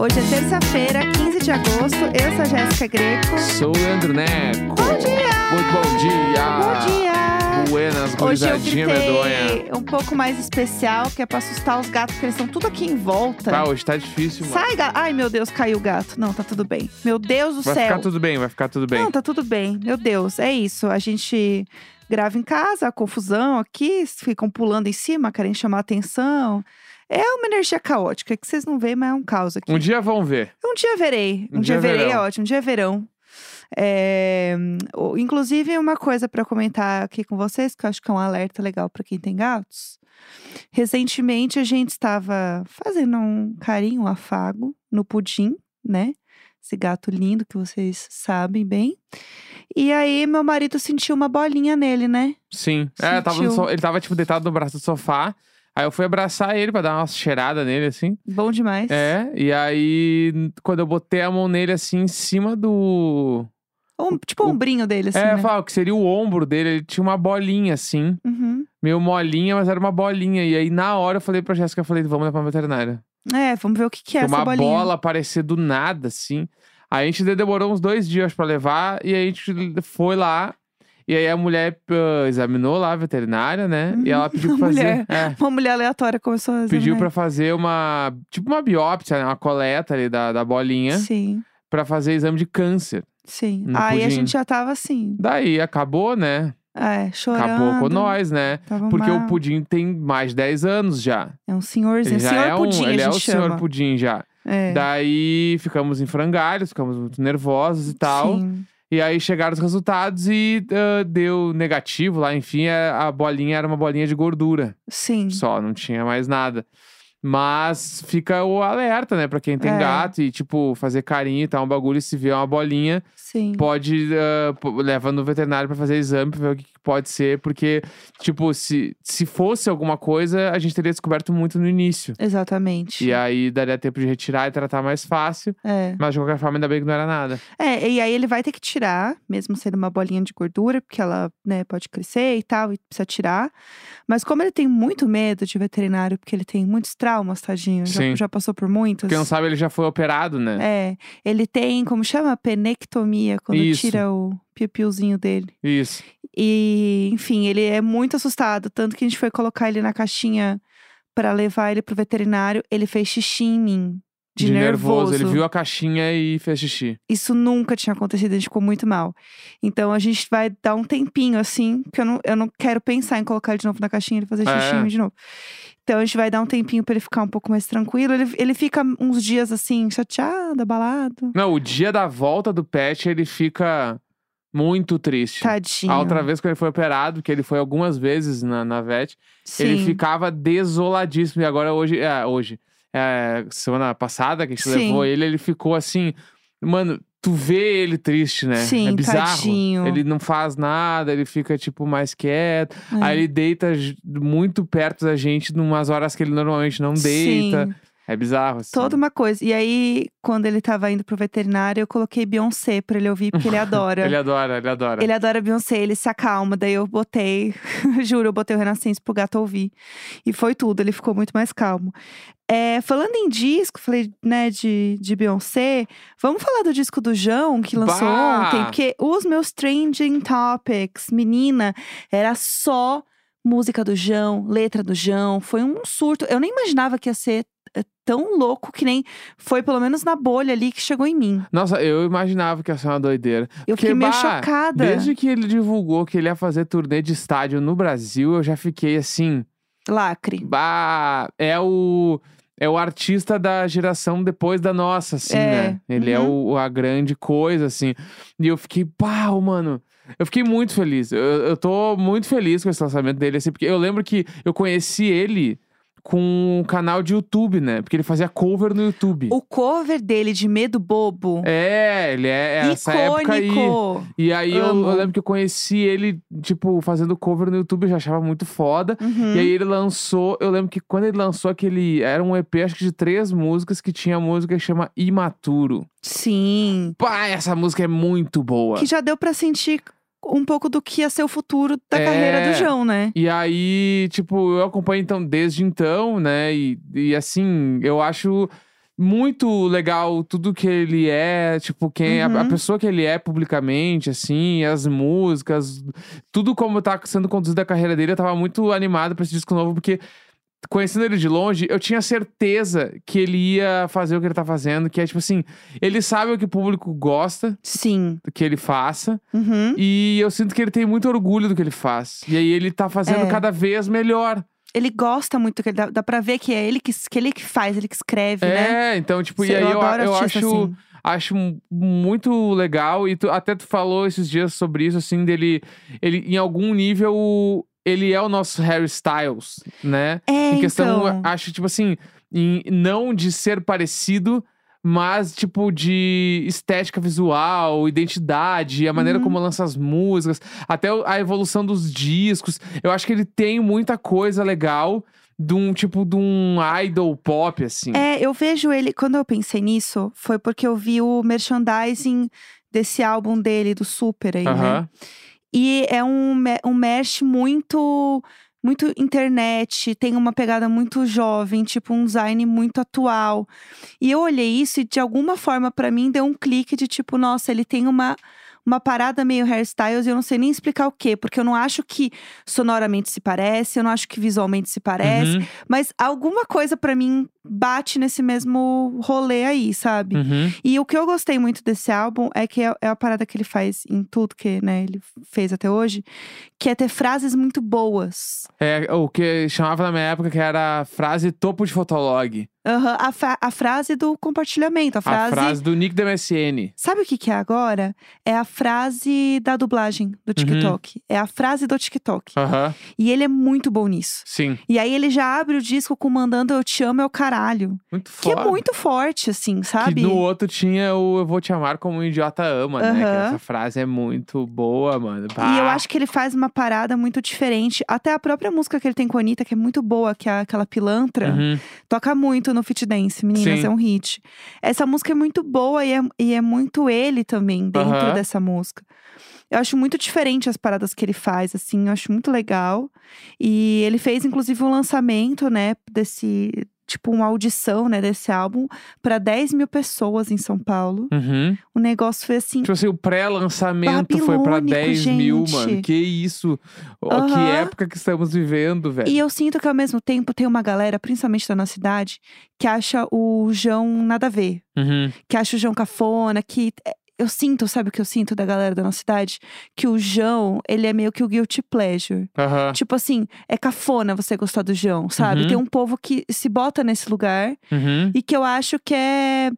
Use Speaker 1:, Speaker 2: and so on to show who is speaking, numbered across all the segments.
Speaker 1: Hoje é terça-feira, 15 de agosto. Eu sou a Jéssica Greco.
Speaker 2: Sou o Leandro Neco.
Speaker 1: Bom dia!
Speaker 2: Muito bom
Speaker 1: Bom
Speaker 2: dia!
Speaker 1: dia!
Speaker 2: Buenas,
Speaker 1: Hoje eu
Speaker 2: gurizadinha medonha.
Speaker 1: gritei um pouco mais especial, que é pra assustar os gatos, porque eles estão tudo aqui em volta.
Speaker 2: Ah, hoje tá difícil, mano.
Speaker 1: Sai, gato! Ai, meu Deus, caiu o gato. Não, tá tudo bem. Meu Deus do
Speaker 2: vai
Speaker 1: céu.
Speaker 2: ficar tudo bem, vai ficar tudo bem.
Speaker 1: Não, tá tudo bem. Meu Deus, é isso. A gente grava em casa, a confusão aqui, ficam pulando em cima, querem chamar atenção. É uma energia caótica que vocês não veem, mas é um caos aqui.
Speaker 2: Um dia vão ver.
Speaker 1: Um dia verei. Um,
Speaker 2: Um
Speaker 1: dia,
Speaker 2: dia
Speaker 1: verei é
Speaker 2: verão.
Speaker 1: ótimo. Um dia verão. É, o- Inclusive, uma coisa pra comentar aqui com vocês, que eu acho que é um alerta legal pra quem tem gatos. Recentemente, a gente estava fazendo um carinho, um afago no pudim, né? Esse gato lindo que vocês sabem bem. E aí, meu marido sentiu uma bolinha nele, né?
Speaker 2: Sim. É, eu tava no
Speaker 1: Sentiu.
Speaker 2: so- Ele tava, tipo, deitado no braço do sofá. Aí eu fui abraçar ele pra dar uma cheirada nele, assim.
Speaker 1: Bom demais.
Speaker 2: É, e aí, n- quando eu botei a mão nele, assim, em cima do.
Speaker 1: Um, tipo, o
Speaker 2: o-
Speaker 1: ombrinho dele, assim,
Speaker 2: é,
Speaker 1: né?
Speaker 2: fala, que seria o ombro dele, ele tinha uma bolinha, assim.
Speaker 1: Uhum.
Speaker 2: Meio molinha, mas era uma bolinha. E aí, na hora, eu falei pra Jéssica, eu falei, vamos levar pra veterinária.
Speaker 1: É, vamos ver o que, que é
Speaker 2: Que
Speaker 1: essa
Speaker 2: uma
Speaker 1: bolinha.
Speaker 2: bola aparecer do nada, assim. Aí a gente de- demorou uns dois dias pra levar, e aí a gente foi lá. E aí a mulher ah, examinou lá a veterinária, né? E ela pediu pra
Speaker 1: Uhum. a
Speaker 2: fazer.
Speaker 1: mulher.
Speaker 2: é,
Speaker 1: Uma mulher aleatória começou a né?
Speaker 2: pediu
Speaker 1: examinar.
Speaker 2: pra fazer uma. Tipo uma biópsia, né? Uma coleta ali da, da bolinha.
Speaker 1: Sim,
Speaker 2: Pra fazer exame de câncer.
Speaker 1: sim.
Speaker 2: No
Speaker 1: Aí a
Speaker 2: pudim.
Speaker 1: gente já tava assim,
Speaker 2: Daí acabou, né?
Speaker 1: é, chorando.
Speaker 2: Acabou com nós, né?
Speaker 1: tava
Speaker 2: Porque
Speaker 1: mal.
Speaker 2: o pudim tem mais de 10 anos já.
Speaker 1: É um senhorzinho,
Speaker 2: Ele já
Speaker 1: senhor
Speaker 2: é um,
Speaker 1: pudim,
Speaker 2: ele
Speaker 1: a
Speaker 2: é o
Speaker 1: gente chama.
Speaker 2: senhor pudim já.
Speaker 1: É,
Speaker 2: Daí ficamos em frangalhos, ficamos muito nervosos e tal.
Speaker 1: Sim.
Speaker 2: E aí chegaram os resultados e ah, deu negativo lá. Enfim, é, a, a bolinha era uma bolinha de gordura
Speaker 1: Sim.
Speaker 2: só, não tinha mais nada. Mas fica o alerta, né? Pra quem tem
Speaker 1: É.
Speaker 2: gato e, tipo, fazer carinho e tal, um bagulho. E se vier uma bolinha,
Speaker 1: Sim.
Speaker 2: pode ah, po- leva no veterinário pra fazer exame, pra ver o que, que pode ser. Porque, tipo, se, se fosse alguma coisa, a gente teria descoberto muito no início.
Speaker 1: Exatamente.
Speaker 2: E aí daria tempo de retirar e tratar mais fácil.
Speaker 1: É.
Speaker 2: Mas de qualquer forma, ainda bem que não era nada.
Speaker 1: É, e aí ele vai ter que tirar, mesmo sendo uma bolinha de gordura, porque ela, né, pode crescer e tal, e precisa tirar. Mas como ele tem muito medo de veterinário, porque ele tem muitos traumas, tadinho, já,
Speaker 2: Sim.
Speaker 1: já passou por muitos.
Speaker 2: Quem não sabe, ele já foi operado, né?
Speaker 1: É, ele tem, como chama? Penectomia, quando
Speaker 2: Isso.
Speaker 1: tira o piu-piuzinho dele.
Speaker 2: Isso.
Speaker 1: E, enfim, ele é muito assustado. Tanto que a gente foi colocar ele na caixinha pra levar ele pro veterinário. Ele fez xixi em mim. De, nervoso.
Speaker 2: Ele viu a caixinha e fez xixi.
Speaker 1: Isso nunca tinha acontecido, a gente ficou muito mal. Então a gente vai dar um tempinho, assim, porque eu não, eu não quero pensar em colocar ele de novo na caixinha e ele fazer xixi em
Speaker 2: É.
Speaker 1: mim de novo. Então a gente vai dar um tempinho pra ele ficar um pouco mais tranquilo. Ele, ele fica uns dias assim, chateado, abalado.
Speaker 2: Não, o dia da volta do pet, ele fica muito triste.
Speaker 1: Tadinho.
Speaker 2: A outra vez que ele foi operado, que ele foi algumas vezes na, na VET,
Speaker 1: Sim.
Speaker 2: ele ficava desoladíssimo. E agora hoje, é, hoje, é, semana passada que a gente
Speaker 1: Sim.
Speaker 2: levou ele, ele ficou assim, mano, tu vê ele triste, né?
Speaker 1: Sim,
Speaker 2: é bizarro.
Speaker 1: tadinho.
Speaker 2: Ele não faz nada, ele fica tipo mais quieto.
Speaker 1: É.
Speaker 2: Aí ele deita j- muito perto da gente, numas horas que ele normalmente não deita.
Speaker 1: Sim.
Speaker 2: É bizarro, assim.
Speaker 1: Toda uma coisa. E aí, quando ele tava indo pro veterinário, eu coloquei Beyoncé pra ele ouvir, porque ele adora.
Speaker 2: Ele adora, ele adora.
Speaker 1: É. Ele adora Beyoncé, ele se acalma. Daí eu botei, juro, eu botei o Renascença pro gato ouvir. E foi tudo, ele ficou muito mais calmo. É, falando em disco, falei, né, de, de Beyoncé, vamos falar do disco do João, que lançou
Speaker 2: Bah!
Speaker 1: ontem, porque os meus trending topics, menina, era só música do João, letra do João, foi um surto. Eu nem imaginava que ia ser é, tão louco que nem foi, pelo menos na bolha ali, que chegou em mim.
Speaker 2: Nossa, eu imaginava que ia ser uma doideira.
Speaker 1: Eu
Speaker 2: Porque,
Speaker 1: fiquei meio
Speaker 2: bah,
Speaker 1: chocada.
Speaker 2: Desde que ele divulgou que ele ia fazer turnê de estádio no Brasil, eu já fiquei assim.
Speaker 1: Lacre.
Speaker 2: Bah, é o. É o artista da geração depois da nossa, assim,
Speaker 1: É,
Speaker 2: né? Ele é o, a grande coisa, assim. E eu fiquei, pau, mano. Eu fiquei muito feliz. Eu, eu tô muito feliz com esse lançamento dele, assim, porque eu lembro que eu conheci ele com um canal de YouTube, né? Porque ele fazia cover no YouTube.
Speaker 1: O cover dele de Medo Bobo.
Speaker 2: É, ele é essa época aí.
Speaker 1: icônico.
Speaker 2: E aí eu,
Speaker 1: Amo.
Speaker 2: eu lembro que eu conheci ele, tipo, fazendo cover no YouTube, eu já achava muito foda.
Speaker 1: Uhum.
Speaker 2: E aí ele lançou, eu lembro que quando ele lançou aquele. Era um EP, acho que de três músicas, que tinha a música que chama Imaturo.
Speaker 1: Sim.
Speaker 2: Pá, essa música é muito boa.
Speaker 1: Que já deu pra sentir um pouco do que ia ser o futuro da
Speaker 2: É.
Speaker 1: carreira do João, né?
Speaker 2: E aí, tipo, eu acompanho então desde então, né? E, e assim, eu acho muito legal tudo que ele é, tipo, quem a- a,
Speaker 1: Uhum.
Speaker 2: pessoa que ele é publicamente, assim, as músicas, tudo como tá sendo conduzida a carreira dele, eu tava muito animado pra esse disco novo, porque conhecendo ele de longe, eu tinha certeza que ele ia fazer o que ele tá fazendo, que é tipo assim, ele sabe o que o público gosta
Speaker 1: Sim.
Speaker 2: do que ele faça,
Speaker 1: Uhum.
Speaker 2: e eu sinto que ele tem muito orgulho do que ele faz. E aí ele tá fazendo
Speaker 1: É.
Speaker 2: cada vez melhor.
Speaker 1: Ele gosta muito, que ele dá, dá pra ver que é ele que, que ele que faz, ele que escreve, né?
Speaker 2: É, então, tipo,
Speaker 1: Cê-
Speaker 2: e aí eu,
Speaker 1: adoro
Speaker 2: eu
Speaker 1: artista
Speaker 2: acho.
Speaker 1: assim.
Speaker 2: acho mu- muito legal e tu- até tu falou esses dias sobre isso assim dele ele em algum nível ele é o nosso Harry Styles né
Speaker 1: É,
Speaker 2: em questão
Speaker 1: então.
Speaker 2: acho tipo assim em- não de ser parecido mas tipo de estética visual identidade a maneira
Speaker 1: Uhum.
Speaker 2: como lança as músicas até o- a evolução dos discos eu acho que ele tem muita coisa legal de um tipo de um idol pop assim
Speaker 1: É, eu vejo ele. Quando eu pensei nisso, foi porque eu vi o merchandising desse álbum dele, do Super aí, né?
Speaker 2: Aham.
Speaker 1: E é um, me- um mesh muito. Muito internet, tem uma pegada muito jovem, tipo um design muito atual. E eu olhei isso e de alguma forma pra mim deu um clique de tipo, nossa, ele tem uma, uma parada meio hairstyles e eu não sei nem explicar o quê, porque eu não acho que sonoramente se parece, eu não acho que visualmente se parece,
Speaker 2: Uhum,
Speaker 1: mas alguma coisa pra mim bate nesse mesmo rolê aí, sabe?
Speaker 2: uhum.
Speaker 1: E o que eu gostei muito desse álbum é que é, é a parada que ele faz em tudo que né, ele fez até hoje, que é ter frases muito boas.
Speaker 2: É, o que chamava na minha época que era a frase topo de fotolog.
Speaker 1: Aham, a, fa- a frase do compartilhamento, a
Speaker 2: A
Speaker 1: frase.
Speaker 2: frase do Nick da MSN.
Speaker 1: Sabe o que, que é agora? É a frase da dublagem
Speaker 2: Uhum.
Speaker 1: do TikTok. É a frase do TikTok.
Speaker 2: Aham,
Speaker 1: E ele é muito bom nisso.
Speaker 2: sim.
Speaker 1: E aí ele já abre o disco com mandando Eu Te Amo é o Caralho.
Speaker 2: Muito
Speaker 1: Que
Speaker 2: foda.
Speaker 1: é muito forte, assim,
Speaker 2: Que
Speaker 1: sabe?
Speaker 2: no outro tinha o Eu Vou Te Amar Como Um Idiota Ama, né? Que
Speaker 1: Aham.
Speaker 2: essa frase é muito boa, mano.
Speaker 1: E eu acho que ele faz uma parada muito diferente. Até a própria música que ele tem com a Anitta, que é muito boa, que é aquela pilantra,
Speaker 2: Uhum.
Speaker 1: toca muito no Fit Dance, meninas,
Speaker 2: Sim.
Speaker 1: é um hit. Essa música é muito boa e é, e é muito ele também dentro
Speaker 2: Aham.
Speaker 1: dessa música. Eu acho muito diferente as paradas que ele faz, assim, eu acho muito legal. E ele fez, inclusive, um lançamento, né, desse. Tipo, uma audição, né, desse álbum para 10 mil pessoas em São Paulo.
Speaker 2: Uhum.
Speaker 1: O negócio foi assim,
Speaker 2: Tipo assim, o pré-lançamento foi pra
Speaker 1: Babilônico,
Speaker 2: 10 mil,
Speaker 1: gente.
Speaker 2: mano. Que isso? Ó, Que
Speaker 1: Aham.
Speaker 2: época que estamos vivendo, velho.
Speaker 1: E eu sinto que ao mesmo tempo tem uma galera, principalmente da nossa cidade, que acha o João nada a ver.
Speaker 2: Uhum.
Speaker 1: Que acha o João cafona, que. é, Eu sinto, sabe o que eu sinto da galera da nossa cidade? Que o João, ele é meio que o guilty pleasure.
Speaker 2: Aham.
Speaker 1: Tipo assim, é cafona você gostar do João, sabe?
Speaker 2: Ah. Uhum.
Speaker 1: Tem um povo que se bota nesse lugar
Speaker 2: Uhum.
Speaker 1: e que eu acho que é.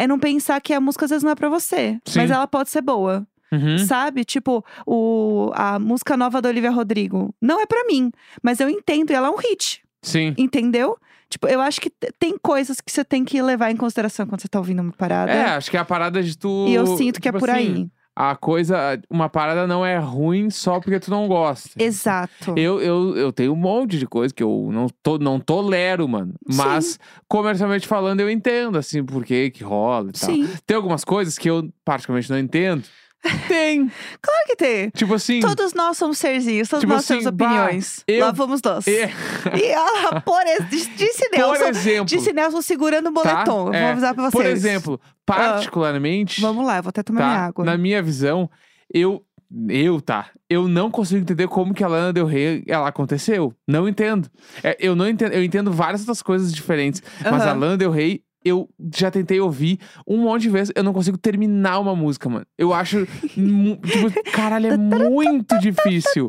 Speaker 1: É não pensar que a música às vezes não é pra você,
Speaker 2: Sim.
Speaker 1: mas ela pode ser boa.
Speaker 2: Uhum.
Speaker 1: Sabe? Tipo, o, a música nova da Olivia Rodrigo. Não é pra mim, mas eu entendo, e ela é um hit.
Speaker 2: Sim.
Speaker 1: Entendeu? Tipo, eu acho que t- tem coisas que você tem que levar em consideração quando você tá ouvindo uma parada.
Speaker 2: É, acho que é a parada de tu.
Speaker 1: e eu sinto que é
Speaker 2: tipo
Speaker 1: por
Speaker 2: assim,
Speaker 1: aí.
Speaker 2: a coisa, uma parada não é ruim só porque tu não gosta.
Speaker 1: Exato.
Speaker 2: Eu, eu, eu tenho um monte de coisa que eu não, to, não tolero, mano.
Speaker 1: Sim.
Speaker 2: Mas, comercialmente falando, eu entendo, assim, por que que rola e tal.
Speaker 1: Sim.
Speaker 2: Tem algumas coisas que eu particularmente não entendo. Tem.
Speaker 1: Claro que tem.
Speaker 2: tipo assim.
Speaker 1: Todos nós somos serzinhos, todos
Speaker 2: Tipo
Speaker 1: nós
Speaker 2: assim,
Speaker 1: temos
Speaker 2: bah,
Speaker 1: opiniões.
Speaker 2: eu-
Speaker 1: Lá vamos nós.
Speaker 2: é,
Speaker 1: E ah, por ex- disse- disse
Speaker 2: por
Speaker 1: Nelson.
Speaker 2: exemplo.
Speaker 1: Disse Nelson segurando o
Speaker 2: tá?
Speaker 1: boletom. Eu
Speaker 2: É,
Speaker 1: vou avisar pra vocês. Ah,
Speaker 2: Por exemplo, particularmente.
Speaker 1: Vamos lá, eu vou até tomar
Speaker 2: tá?
Speaker 1: minha água.
Speaker 2: Na minha visão, eu. Eu, tá? Eu não consigo entender como que a Lana Del Rey, ela aconteceu. Não entendo. É, eu não entendo. Eu entendo várias outras coisas diferentes. Mas a
Speaker 1: Aham.
Speaker 2: Lana Del Rey, eu já tentei ouvir um monte de vezes. Eu não consigo terminar uma música, mano. Eu acho... mu- tipo, caralho, é muito difícil.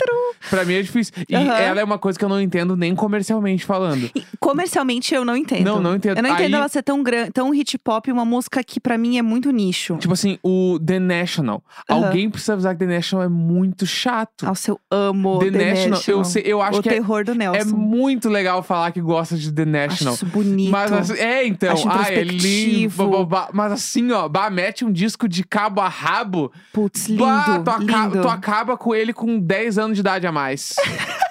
Speaker 2: Pra mim é difícil. E
Speaker 1: Aham.
Speaker 2: ela é uma coisa que eu não entendo nem comercialmente falando.
Speaker 1: E Comercialmente eu não entendo.
Speaker 2: Não, não entendo.
Speaker 1: Eu não entendo
Speaker 2: Aí-
Speaker 1: ela ser tão, gran... tão hit pop, uma música que pra mim é muito nicho.
Speaker 2: Tipo assim, o The National.
Speaker 1: Aham.
Speaker 2: Alguém precisa avisar que The National é muito chato.
Speaker 1: Nossa, eu amo
Speaker 2: The, National, Eu, sei- eu acho
Speaker 1: o
Speaker 2: que é,
Speaker 1: terror do
Speaker 2: é
Speaker 1: Nelson.
Speaker 2: muito legal falar que gosta de The
Speaker 1: Acho
Speaker 2: National.
Speaker 1: isso bonito.
Speaker 2: Mas assim, é, então,
Speaker 1: Acho
Speaker 2: ah, é lindo.
Speaker 1: introspectivo.
Speaker 2: ba, ba, ba. Mas assim, ó, bah, mete um disco de cabo a rabo,
Speaker 1: Putz, lindo,
Speaker 2: bah, tá tu, aca-
Speaker 1: lindo.
Speaker 2: tu acaba com ele com 10 anos de idade a mais.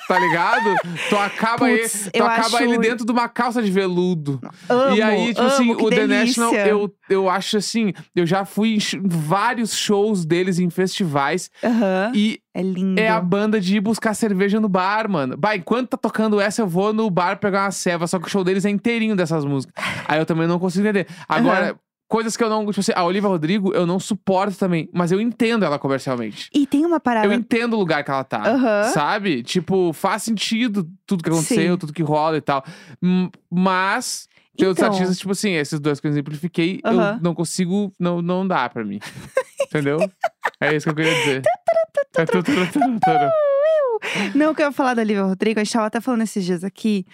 Speaker 2: Tá ligado? Tu acaba,
Speaker 1: Putz,
Speaker 2: ele, tu
Speaker 1: eu
Speaker 2: acaba
Speaker 1: acho-
Speaker 2: ele dentro de uma calça de veludo.
Speaker 1: Amo,
Speaker 2: e aí, tipo
Speaker 1: amo,
Speaker 2: assim,
Speaker 1: que
Speaker 2: o The
Speaker 1: delícia.
Speaker 2: National, eu, eu acho assim, eu já fui em sh- vários shows deles em festivais
Speaker 1: Aham,
Speaker 2: e
Speaker 1: É lindo.
Speaker 2: é a banda de ir buscar cerveja no bar, mano. Bah, enquanto tá tocando essa, eu vou no bar pegar uma ceva. Só que o show deles é inteirinho dessas músicas. Aí eu também não consigo entender. Agora, coisas que eu não. Tipo assim, a Olivia Rodrigo eu não suporto também. Mas eu entendo ela comercialmente.
Speaker 1: E tem uma parada.
Speaker 2: Eu entendo o lugar que ela tá.
Speaker 1: Aham.
Speaker 2: Sabe? Tipo, faz sentido tudo que aconteceu,
Speaker 1: Sim.
Speaker 2: tudo que rola e tal. Hum, Mas. Tem outros
Speaker 1: Então.
Speaker 2: artistas, tipo assim, esses dois que eu exemplifiquei,
Speaker 1: Aham.
Speaker 2: eu não consigo, não, não dá pra mim. Entendeu? É isso que eu queria dizer. É tu, tu, tu, tu, tu.
Speaker 1: Não, o que eu ia falar da Olivia Rodrigo, a gente tava até falando esses dias aqui,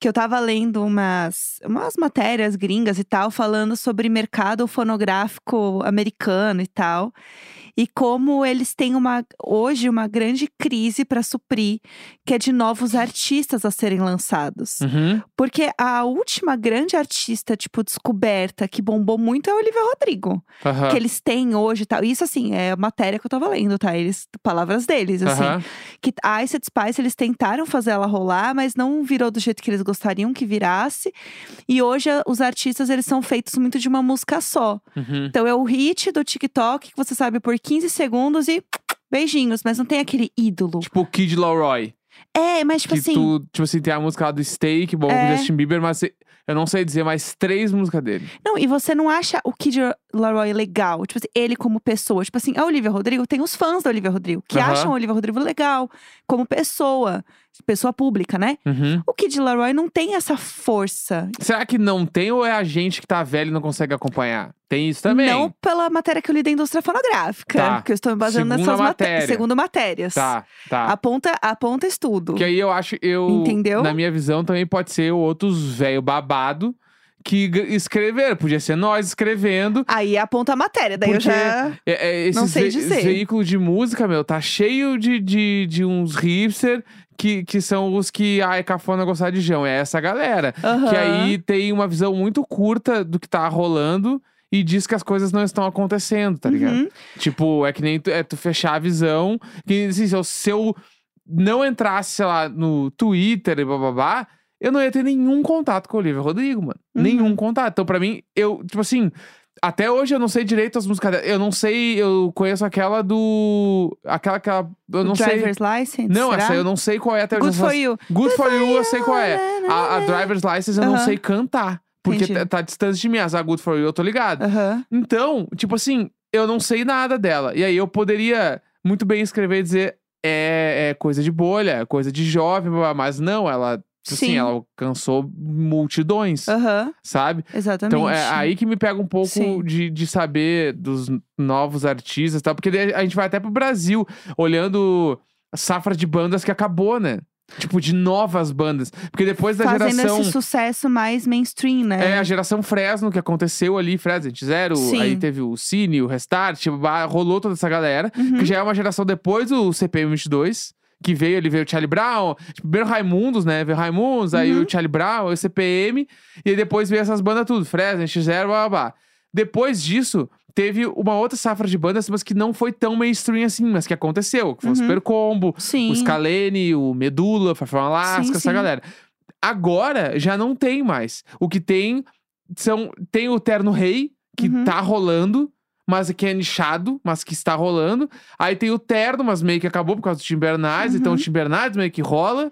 Speaker 1: que eu tava lendo umas, umas matérias gringas e tal, falando sobre mercado fonográfico americano e tal. E como eles têm uma hoje uma grande crise para suprir, que é de novos artistas a serem lançados.
Speaker 2: Uhum.
Speaker 1: Porque a última grande artista, tipo, descoberta que bombou muito é a Olivia Rodrigo
Speaker 2: Aham.
Speaker 1: que eles têm hoje e tal. Isso, assim, é matéria que eu tava lendo, tá? Eles, palavras deles, assim.
Speaker 2: Aham.
Speaker 1: Que a Iced Spice, eles tentaram fazer ela rolar, mas não virou do jeito que eles gostariam que virasse. E hoje, a- os artistas, eles são feitos muito de uma música só.
Speaker 2: Uhum.
Speaker 1: Então, é o hit do TikTok, que você sabe por 15 segundos e... Beijinhos, mas não tem aquele ídolo.
Speaker 2: Tipo o Kid Laroi.
Speaker 1: É, mas tipo
Speaker 2: que
Speaker 1: assim.
Speaker 2: tu, tipo assim, tem a música lá do Steak, bom,
Speaker 1: É.
Speaker 2: do Justin Bieber, mas se- eu não sei dizer mais três músicas dele.
Speaker 1: Não, e você não acha o Kid Laroi legal. Tipo assim, ele como pessoa. Tipo assim, a Olivia Rodrigo tem os fãs da Olivia Rodrigo, que
Speaker 2: Aham.
Speaker 1: acham a Olivia Rodrigo legal, como pessoa, pessoa pública, né?
Speaker 2: Uhum.
Speaker 1: O Kid Laroi não tem essa força.
Speaker 2: Será que não tem ou é a gente que tá velho e não consegue acompanhar? Tem isso também.
Speaker 1: Não pela matéria que eu li da indústria fonográfica.
Speaker 2: Tá.
Speaker 1: Que eu estou me baseando
Speaker 2: Segunda
Speaker 1: nessas
Speaker 2: matéria.
Speaker 1: matérias. Segundo matérias.
Speaker 2: Tá, tá.
Speaker 1: Aponta, aponta estudo.
Speaker 2: Que aí eu acho, eu.
Speaker 1: Entendeu?
Speaker 2: Na minha visão também pode ser outros velho babado que g- escreveram. Podia ser nós escrevendo.
Speaker 1: Aí aponta a matéria. Daí eu
Speaker 2: Porque
Speaker 1: já.
Speaker 2: É, é,
Speaker 1: Não
Speaker 2: esses
Speaker 1: sei
Speaker 2: ve-
Speaker 1: dizer.
Speaker 2: veículos de música, meu, tá cheio de, de, de uns hipster que, que são os que. Ah, é cafona gostar de jão. É essa galera.
Speaker 1: Aham.
Speaker 2: Que aí tem uma visão muito curta do que tá rolando e diz que as coisas não estão acontecendo, tá ligado?
Speaker 1: Uhum.
Speaker 2: Tipo, é que nem tu, é tu fechar a visão. Que assim, se eu, se eu não entrasse, sei lá, no Twitter e bababá, eu não ia ter nenhum contato com o Olivia Rodrigo, mano.
Speaker 1: Uhum.
Speaker 2: Nenhum contato. Então, pra mim, eu, tipo assim. Até hoje eu não sei direito as músicas dela. Eu não sei, eu conheço aquela do. Aquela que ela. Eu não sei.
Speaker 1: Driver's License.
Speaker 2: Não,
Speaker 1: será?
Speaker 2: essa eu não sei qual é até hoje.
Speaker 1: Good
Speaker 2: eu só-
Speaker 1: for you. Ah, né,
Speaker 2: Good for you, eu sei qual é.
Speaker 1: Na, na,
Speaker 2: A, a
Speaker 1: na.
Speaker 2: Driver's License eu não
Speaker 1: Aham.
Speaker 2: sei cantar. Porque
Speaker 1: Entendi.
Speaker 2: tá, tá distante de mim. As A Good For You eu tô ligado.
Speaker 1: Aham.
Speaker 2: Então, tipo assim, eu não sei nada dela. E aí eu poderia muito bem escrever e dizer... É, é coisa de bolha, é coisa de jovem, blá, blá, mas não, ela... tipo Assim,
Speaker 1: Sim.
Speaker 2: ela alcançou multidões,
Speaker 1: Aham.
Speaker 2: sabe?
Speaker 1: Exatamente.
Speaker 2: Então é aí que me pega um pouco
Speaker 1: Sim.
Speaker 2: de, de saber dos novos artistas e tal. Porque daí a gente vai até pro Brasil, olhando a safra de bandas que acabou, né? Tipo, de novas bandas. Porque depois da
Speaker 1: Fazendo
Speaker 2: geração...
Speaker 1: esse sucesso mais mainstream, né?
Speaker 2: É, a geração Fresno que aconteceu ali, Fresno Zero,
Speaker 1: Sim.
Speaker 2: aí teve o Cine, o Restart, tipo, ba- rolou toda essa galera,
Speaker 1: Uhum.
Speaker 2: que já é uma geração depois do CPM 22, que veio, ele veio o Charlie Brown, tipo, primeiro Raimundos, né, veio Raimundos, aí
Speaker 1: Uhum.
Speaker 2: o Charlie Brown, aí o CPM, e aí depois veio essas bandas tudo, Fresno, NX Zero, blá, blá, blá. Depois disso, teve uma outra safra de bandas, mas que não foi tão mainstream assim, mas que aconteceu, que foi o
Speaker 1: Uhum.
Speaker 2: Super Combo,
Speaker 1: Sim.
Speaker 2: o Scalene, o Medula, o Farfão Alaska,
Speaker 1: Uhum. Sim,
Speaker 2: essa
Speaker 1: sim.
Speaker 2: galera. Agora já não tem mais. O que tem são tem o Terno Rei, que
Speaker 1: Uhum.
Speaker 2: tá rolando, mas que é nichado, mas que está rolando. Aí tem o Terno, mas meio que acabou por causa do Tim Bernardes, então o
Speaker 1: Uhum.
Speaker 2: Tim Bernardes meio que rola.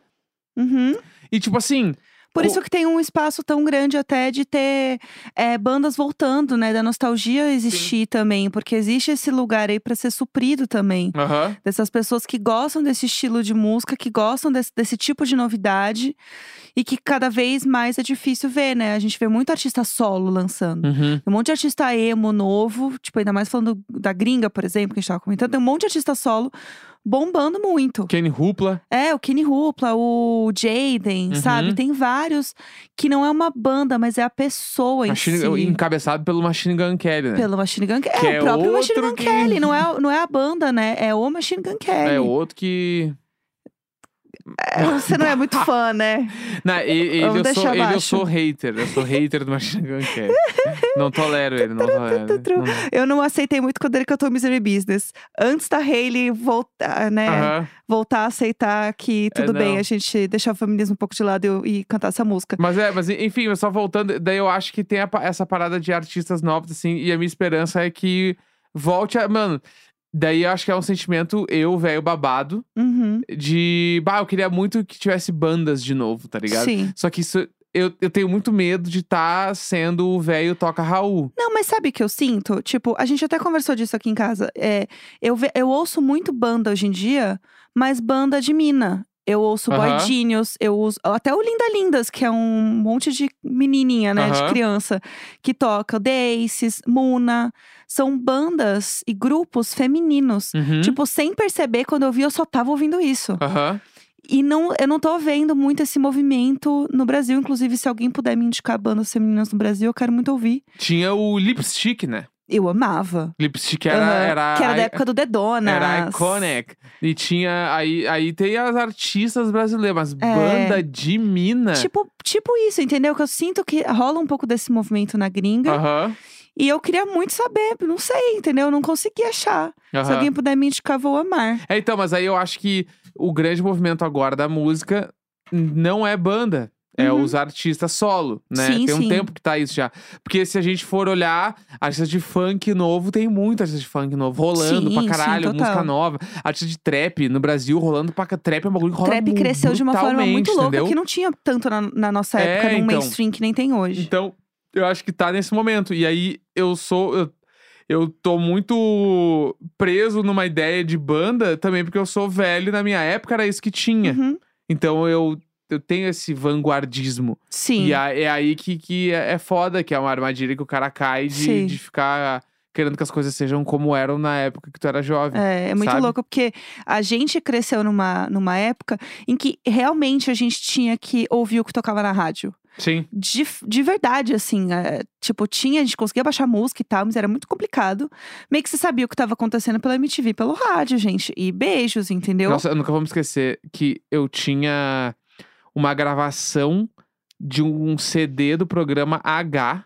Speaker 1: Uhum.
Speaker 2: E tipo assim,
Speaker 1: Por
Speaker 2: Co-
Speaker 1: isso que tem um espaço tão grande até de ter é, bandas voltando, né? Da nostalgia existir também. Porque existe esse lugar aí pra ser suprido também.
Speaker 2: aham,
Speaker 1: Dessas pessoas que gostam desse estilo de música, que gostam desse, desse tipo de novidade. E que cada vez mais é difícil ver, né? A gente vê muito artista solo lançando.
Speaker 2: uhum,
Speaker 1: Tem Um monte de artista emo novo, tipo, ainda mais falando da gringa, por exemplo, que a gente tava comentando, tem um monte de artista solo bombando muito.
Speaker 2: Kenny Rupla,
Speaker 1: É, o Kenny Rupla, o Jaden,
Speaker 2: Uhum.
Speaker 1: sabe? Tem vários que não é uma banda, mas é a pessoa em
Speaker 2: Machine-
Speaker 1: si.
Speaker 2: encabeçado pelo Machine Gun Kelly, né?
Speaker 1: Pelo Machine Gun Kelly.
Speaker 2: Que
Speaker 1: É,
Speaker 2: é
Speaker 1: o próprio Machine
Speaker 2: outro
Speaker 1: Gun
Speaker 2: que-
Speaker 1: É Kelly. Não é, não é a banda, né? É o Machine Gun Kelly.
Speaker 2: É outro que
Speaker 1: É, Você não é muito fã, né?
Speaker 2: Não, e- e- ele,
Speaker 1: Vamos
Speaker 2: eu sou,
Speaker 1: deixar
Speaker 2: ele eu
Speaker 1: abaixo.
Speaker 2: sou hater. Eu sou hater do Machine Gun Kelly. Não tolero ele, não tolero. Não-
Speaker 1: Eu não aceitei muito quando ele cantou Misery Business. Antes da Hailey voltar, né?
Speaker 2: Aham.
Speaker 1: Voltar a aceitar que
Speaker 2: É,
Speaker 1: tudo bem,
Speaker 2: não.
Speaker 1: a gente deixar o feminismo um pouco de lado e eu- e, cantar essa música.
Speaker 2: Mas é, mas enfim, mas só voltando, daí eu acho que tem a pa- essa parada de artistas novos, assim, e a minha esperança é que volte a. Mano, daí eu acho que é um sentimento, eu, velho, babado,
Speaker 1: Uhum.
Speaker 2: de. Bah, eu queria muito que tivesse bandas de novo, tá ligado?
Speaker 1: Sim.
Speaker 2: Só que isso. Eu, eu tenho muito medo de estar sendo o velho toca Raul.
Speaker 1: Não, mas sabe o que eu sinto? Tipo, a gente até conversou disso aqui em casa. É, eu, ve- eu ouço muito banda hoje em dia, mas banda de mina. Eu ouço
Speaker 2: Aham.
Speaker 1: Boy Genius, eu uso. Até o Linda Lindas, que é um monte de menininha, né? De
Speaker 2: Aham.
Speaker 1: criança. Que toca. Daces, Muna. São bandas e grupos femininos.
Speaker 2: Uhum.
Speaker 1: Tipo, sem perceber, quando eu vi, eu só tava ouvindo isso.
Speaker 2: Aham.
Speaker 1: E não, eu não tô vendo muito esse movimento no Brasil. Inclusive, se alguém puder me indicar bandas femininas no Brasil, eu quero muito ouvir.
Speaker 2: Tinha o lipstick, né?
Speaker 1: Eu amava.
Speaker 2: Lipstick era.
Speaker 1: Aham.
Speaker 2: era
Speaker 1: que era da
Speaker 2: i-
Speaker 1: época do Dedona.
Speaker 2: Era iconic. E tinha. Aí, aí tem as artistas brasileiras, mas
Speaker 1: É.
Speaker 2: banda de mina.
Speaker 1: Tipo, tipo isso, entendeu? Que eu sinto que rola um pouco desse movimento na gringa.
Speaker 2: Aham.
Speaker 1: E eu queria muito saber, não sei, entendeu? Eu não consegui achar. Se
Speaker 2: aham.
Speaker 1: alguém puder me indicar, vou amar.
Speaker 2: É, então, mas aí eu acho que o grande movimento agora da música não é banda. É
Speaker 1: Uhum.
Speaker 2: os artistas solo, né?
Speaker 1: Sim,
Speaker 2: tem um
Speaker 1: sim.
Speaker 2: tempo que tá isso já. Porque se a gente for olhar, artistas de funk novo, tem muito artista de funk novo rolando
Speaker 1: Sim,
Speaker 2: pra
Speaker 1: sim,
Speaker 2: caralho,
Speaker 1: total.
Speaker 2: música nova. Artista de trap no Brasil rolando pra ca- trap é um bagulho que rola
Speaker 1: Trap
Speaker 2: mu-
Speaker 1: cresceu de uma forma
Speaker 2: brutalmente,
Speaker 1: muito louca
Speaker 2: entendeu?
Speaker 1: que não tinha tanto na, na nossa
Speaker 2: É,
Speaker 1: época, num
Speaker 2: então.
Speaker 1: mainstream que nem tem hoje.
Speaker 2: Então, eu acho que tá nesse momento. E aí, eu sou. Eu, eu tô muito preso numa ideia de banda também, porque eu sou velho. e Na minha época era isso que tinha.
Speaker 1: Uhum.
Speaker 2: Então, eu. Eu tenho esse vanguardismo.
Speaker 1: Sim.
Speaker 2: E a- é aí que, que é é foda, que é uma armadilha que o cara cai de,
Speaker 1: Sim.
Speaker 2: de ficar querendo que as coisas sejam como eram na época que tu era jovem.
Speaker 1: É, é muito
Speaker 2: sabe?
Speaker 1: louco, porque a gente cresceu numa, numa época em que realmente a gente tinha que ouvir o que tocava na rádio.
Speaker 2: Sim.
Speaker 1: De, de verdade, assim. é, tipo, tinha, a gente conseguia baixar música e tal, mas era muito complicado. Meio que você sabia o que estava acontecendo pela MTV, e pelo rádio, gente. E beijos, entendeu?
Speaker 2: Nossa, eu nunca vou me esquecer que eu tinha uma gravação de um CD do programa H.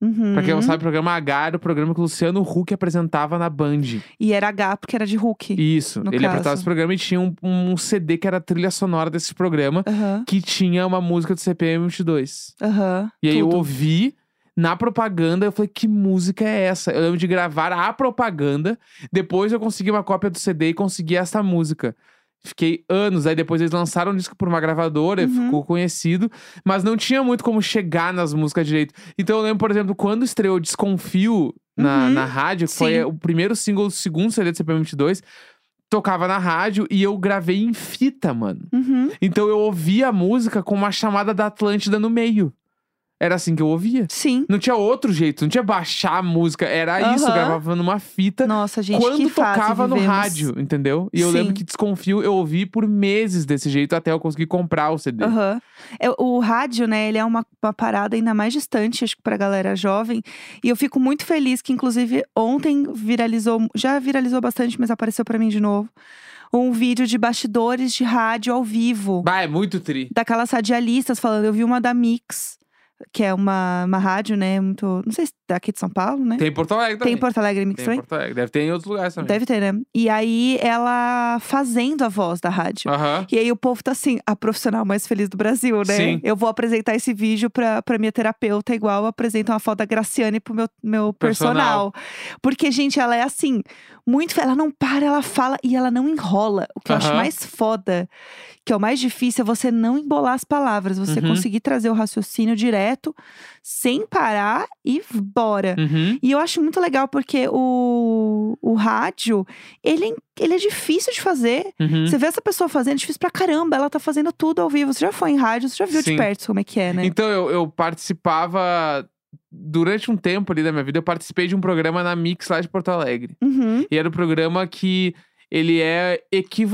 Speaker 1: Uhum.
Speaker 2: Pra quem não sabe, o programa H era o programa que o Luciano Huck apresentava na Band.
Speaker 1: E era H, porque era de Hulk.
Speaker 2: Isso.
Speaker 1: No
Speaker 2: ele apresentava
Speaker 1: caso.
Speaker 2: esse programa e tinha um, um CD que era a trilha sonora desse programa,
Speaker 1: Aham,
Speaker 2: que tinha uma música do CPM 22.
Speaker 1: aham.
Speaker 2: E aí eu
Speaker 1: tudo.
Speaker 2: ouvi na propaganda, eu falei, que música é essa? Eu lembro de gravar a propaganda, depois eu consegui uma cópia do CD e consegui essa música. Fiquei anos, aí depois eles lançaram o disco por uma gravadora,
Speaker 1: Uhum.
Speaker 2: ficou conhecido, mas não tinha muito como chegar nas músicas direito. Então eu lembro, por exemplo, quando estreou Desconfio na,
Speaker 1: Uhum.
Speaker 2: na rádio, que foi
Speaker 1: Sim.
Speaker 2: o primeiro single do segundo CD do CPM22, tocava na rádio e eu gravei em fita, mano.
Speaker 1: Uhum,
Speaker 2: Então eu ouvia a música com uma chamada da Atlântida no meio. Era assim que eu ouvia.
Speaker 1: Sim.
Speaker 2: Não tinha outro jeito, não tinha baixar a música. Era isso, eu
Speaker 1: Aham.
Speaker 2: gravava numa fita.
Speaker 1: Nossa, gente,
Speaker 2: quando
Speaker 1: que fase
Speaker 2: tocava no
Speaker 1: vivemos.
Speaker 2: rádio, entendeu? E eu lembro
Speaker 1: Sim.
Speaker 2: que desconfio, eu ouvi por meses desse jeito até eu conseguir comprar o CD.
Speaker 1: Aham. É, o rádio, né, ele é uma, uma parada ainda mais distante, acho que pra galera jovem. E eu fico muito feliz que, inclusive, ontem viralizou, já viralizou bastante, mas apareceu pra mim de novo, um vídeo de bastidores de rádio ao vivo.
Speaker 2: Bah, é muito tri.
Speaker 1: Daquelas radialistas falando, eu vi uma da Mix, que é uma, uma rádio, né, muito, não sei se daqui de São Paulo, né?
Speaker 2: Tem em Porto Alegre também.
Speaker 1: Tem em Porto Alegre Mix
Speaker 2: Tem em
Speaker 1: também?
Speaker 2: Porto Alegre. Deve ter em outros lugares também.
Speaker 1: Deve ter, né? E aí, ela fazendo a voz da rádio.
Speaker 2: Aham.
Speaker 1: E aí o povo tá assim, a profissional mais feliz do Brasil, né?
Speaker 2: Sim.
Speaker 1: Eu vou apresentar esse vídeo pra, pra minha terapeuta, igual eu apresento uma foto da Graciane pro meu, meu
Speaker 2: Personal.
Speaker 1: personal. Porque, gente, ela é assim, muito. Ela não para, ela fala e ela não enrola. O que eu acho
Speaker 2: Aham.
Speaker 1: mais foda, que é o mais difícil, é você não embolar as palavras, você
Speaker 2: Uhum.
Speaker 1: conseguir trazer o raciocínio direto, sem parar e bora.
Speaker 2: Uhum.
Speaker 1: E eu acho muito legal porque o, o rádio, ele, é in- ele é difícil de fazer.
Speaker 2: Uhum.
Speaker 1: Você vê essa pessoa fazendo, é difícil pra caramba. Ela tá fazendo tudo ao vivo. Você já foi em rádio, você já viu
Speaker 2: Sim.
Speaker 1: de perto como é que é, né?
Speaker 2: Então, eu, eu participava. Durante um tempo ali da minha vida, eu participei de um programa na Mix lá de Porto Alegre.
Speaker 1: Uhum.
Speaker 2: E era um programa que ele é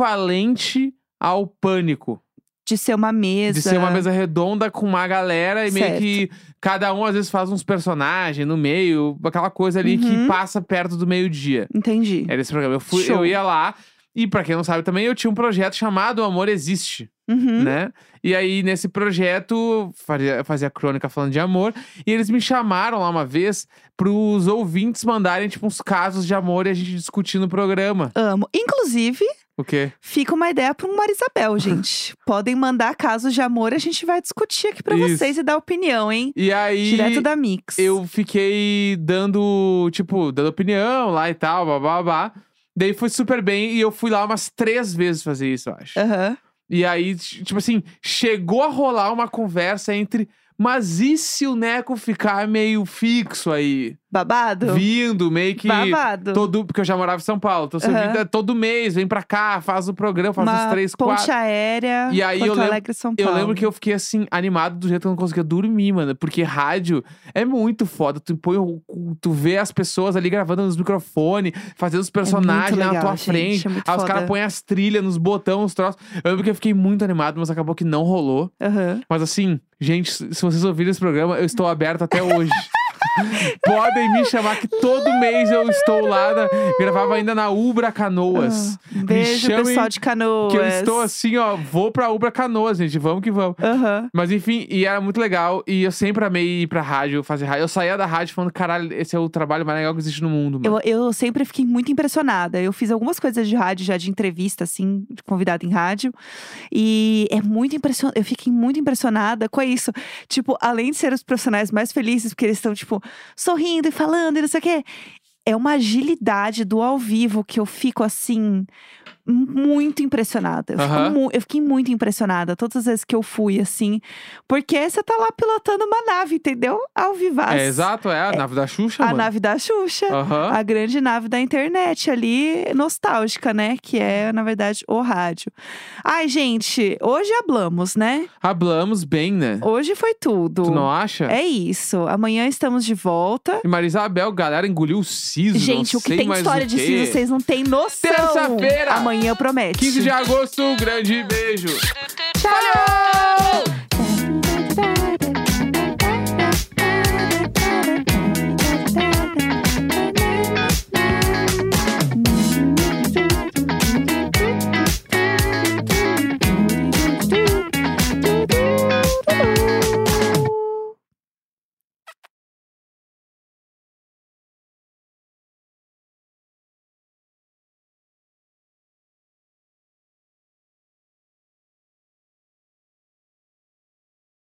Speaker 2: equivalente ao pânico.
Speaker 1: De ser uma mesa.
Speaker 2: De ser uma mesa redonda com uma galera e meio
Speaker 1: Certo.
Speaker 2: que cada um às vezes faz uns personagens no meio, aquela coisa ali que
Speaker 1: Uhum.
Speaker 2: passa perto do meio-dia.
Speaker 1: Entendi.
Speaker 2: Era esse programa. Eu, fui,
Speaker 1: Show.
Speaker 2: eu ia lá E pra quem não sabe também, eu tinha um projeto chamado Amor Existe,
Speaker 1: Uhum.
Speaker 2: né? E aí, nesse projeto, fazia, fazia crônica falando de amor. E eles me chamaram lá uma vez pros ouvintes mandarem, tipo, uns casos de amor e a gente discutir no programa.
Speaker 1: Amo. Inclusive,
Speaker 2: O quê?
Speaker 1: fica uma ideia para um Marisabel, gente. Podem mandar casos de amor, a gente vai discutir aqui para
Speaker 2: Isso.
Speaker 1: vocês e dar opinião, hein?
Speaker 2: E aí...
Speaker 1: Direto da Mix.
Speaker 2: eu fiquei dando, tipo, dando opinião lá e tal, blá, blá, blá. Daí foi super bem e eu fui lá umas três vezes fazer isso, eu acho.
Speaker 1: Aham.
Speaker 2: E aí, t- tipo assim, chegou a rolar uma conversa entre. Mas e se o Neco ficar meio fixo aí?
Speaker 1: Babado?
Speaker 2: Vindo, meio que.
Speaker 1: Babado.
Speaker 2: Todo, porque eu já morava em São Paulo. Então, você
Speaker 1: Aham.
Speaker 2: vinda todo mês, vem pra cá, faz o programa, faz
Speaker 1: uma
Speaker 2: uns três,
Speaker 1: ponte
Speaker 2: quatro.
Speaker 1: aérea,
Speaker 2: E aí eu
Speaker 1: Porto
Speaker 2: lembro-
Speaker 1: Alegre, São
Speaker 2: Eu
Speaker 1: Paulo.
Speaker 2: lembro que eu fiquei assim, animado do jeito que eu não conseguia dormir, mano. Porque rádio é muito foda. Tu põe o- o- tu vê as pessoas ali gravando nos microfones, fazendo os personagens lá na
Speaker 1: É legal,
Speaker 2: tua
Speaker 1: gente,
Speaker 2: frente.
Speaker 1: é muito
Speaker 2: aí os
Speaker 1: foda.
Speaker 2: caras põem as trilhas nos botões, os troços. Eu lembro que eu fiquei muito animado, mas acabou que não rolou.
Speaker 1: Aham.
Speaker 2: Mas assim, gente, se se vocês ouviram esse programa, eu estou aberto até hoje. Podem me chamar que todo mês eu estou lá. na- gravava ainda na Ubra Canoas.
Speaker 1: Um Beijo,
Speaker 2: chamem,
Speaker 1: pessoal de canoas.
Speaker 2: Que eu estou assim, ó, vou pra Ubra Canoas, gente. Vamos que vamos.
Speaker 1: Aham.
Speaker 2: Mas enfim, e era muito legal. E eu sempre amei ir pra rádio, fazer rádio. Eu saía da rádio falando, caralho, esse é o trabalho mais legal que existe no mundo, mano.
Speaker 1: Eu, eu sempre fiquei muito impressionada. Eu fiz algumas coisas de rádio, já de entrevista, assim, de convidado em rádio. E é muito impressionante. Eu fiquei muito impressionada com isso. Tipo, além de ser os profissionais mais felizes, porque eles estão, tipo, sorrindo e falando e não sei o quê. É uma agilidade do ao vivo que eu fico assim. Muito impressionada. Eu, fico
Speaker 2: Aham.
Speaker 1: mu- eu fiquei muito impressionada todas as vezes que eu fui, assim. Porque você tá lá pilotando uma nave, entendeu? Ao vivaço.
Speaker 2: É exato, é a nave da Xuxa,
Speaker 1: A
Speaker 2: mano.
Speaker 1: nave da Xuxa
Speaker 2: Aham.
Speaker 1: a grande nave da internet ali, nostálgica, né? Que é, na verdade, o rádio. Ai, gente, hoje hablamos, né?
Speaker 2: Hablamos bem, né?
Speaker 1: Hoje foi tudo.
Speaker 2: Tu não acha?
Speaker 1: É isso. Amanhã estamos de volta.
Speaker 2: E Marisabel, galera, engoliu o siso.
Speaker 1: gente,
Speaker 2: não
Speaker 1: o que
Speaker 2: sei
Speaker 1: tem
Speaker 2: mais
Speaker 1: história
Speaker 2: o
Speaker 1: de
Speaker 2: quê.
Speaker 1: si, vocês não têm noção.
Speaker 2: Terça-feira!
Speaker 1: Amanhã promete.
Speaker 2: 15 de agosto, grande um beijo.
Speaker 1: Tchau!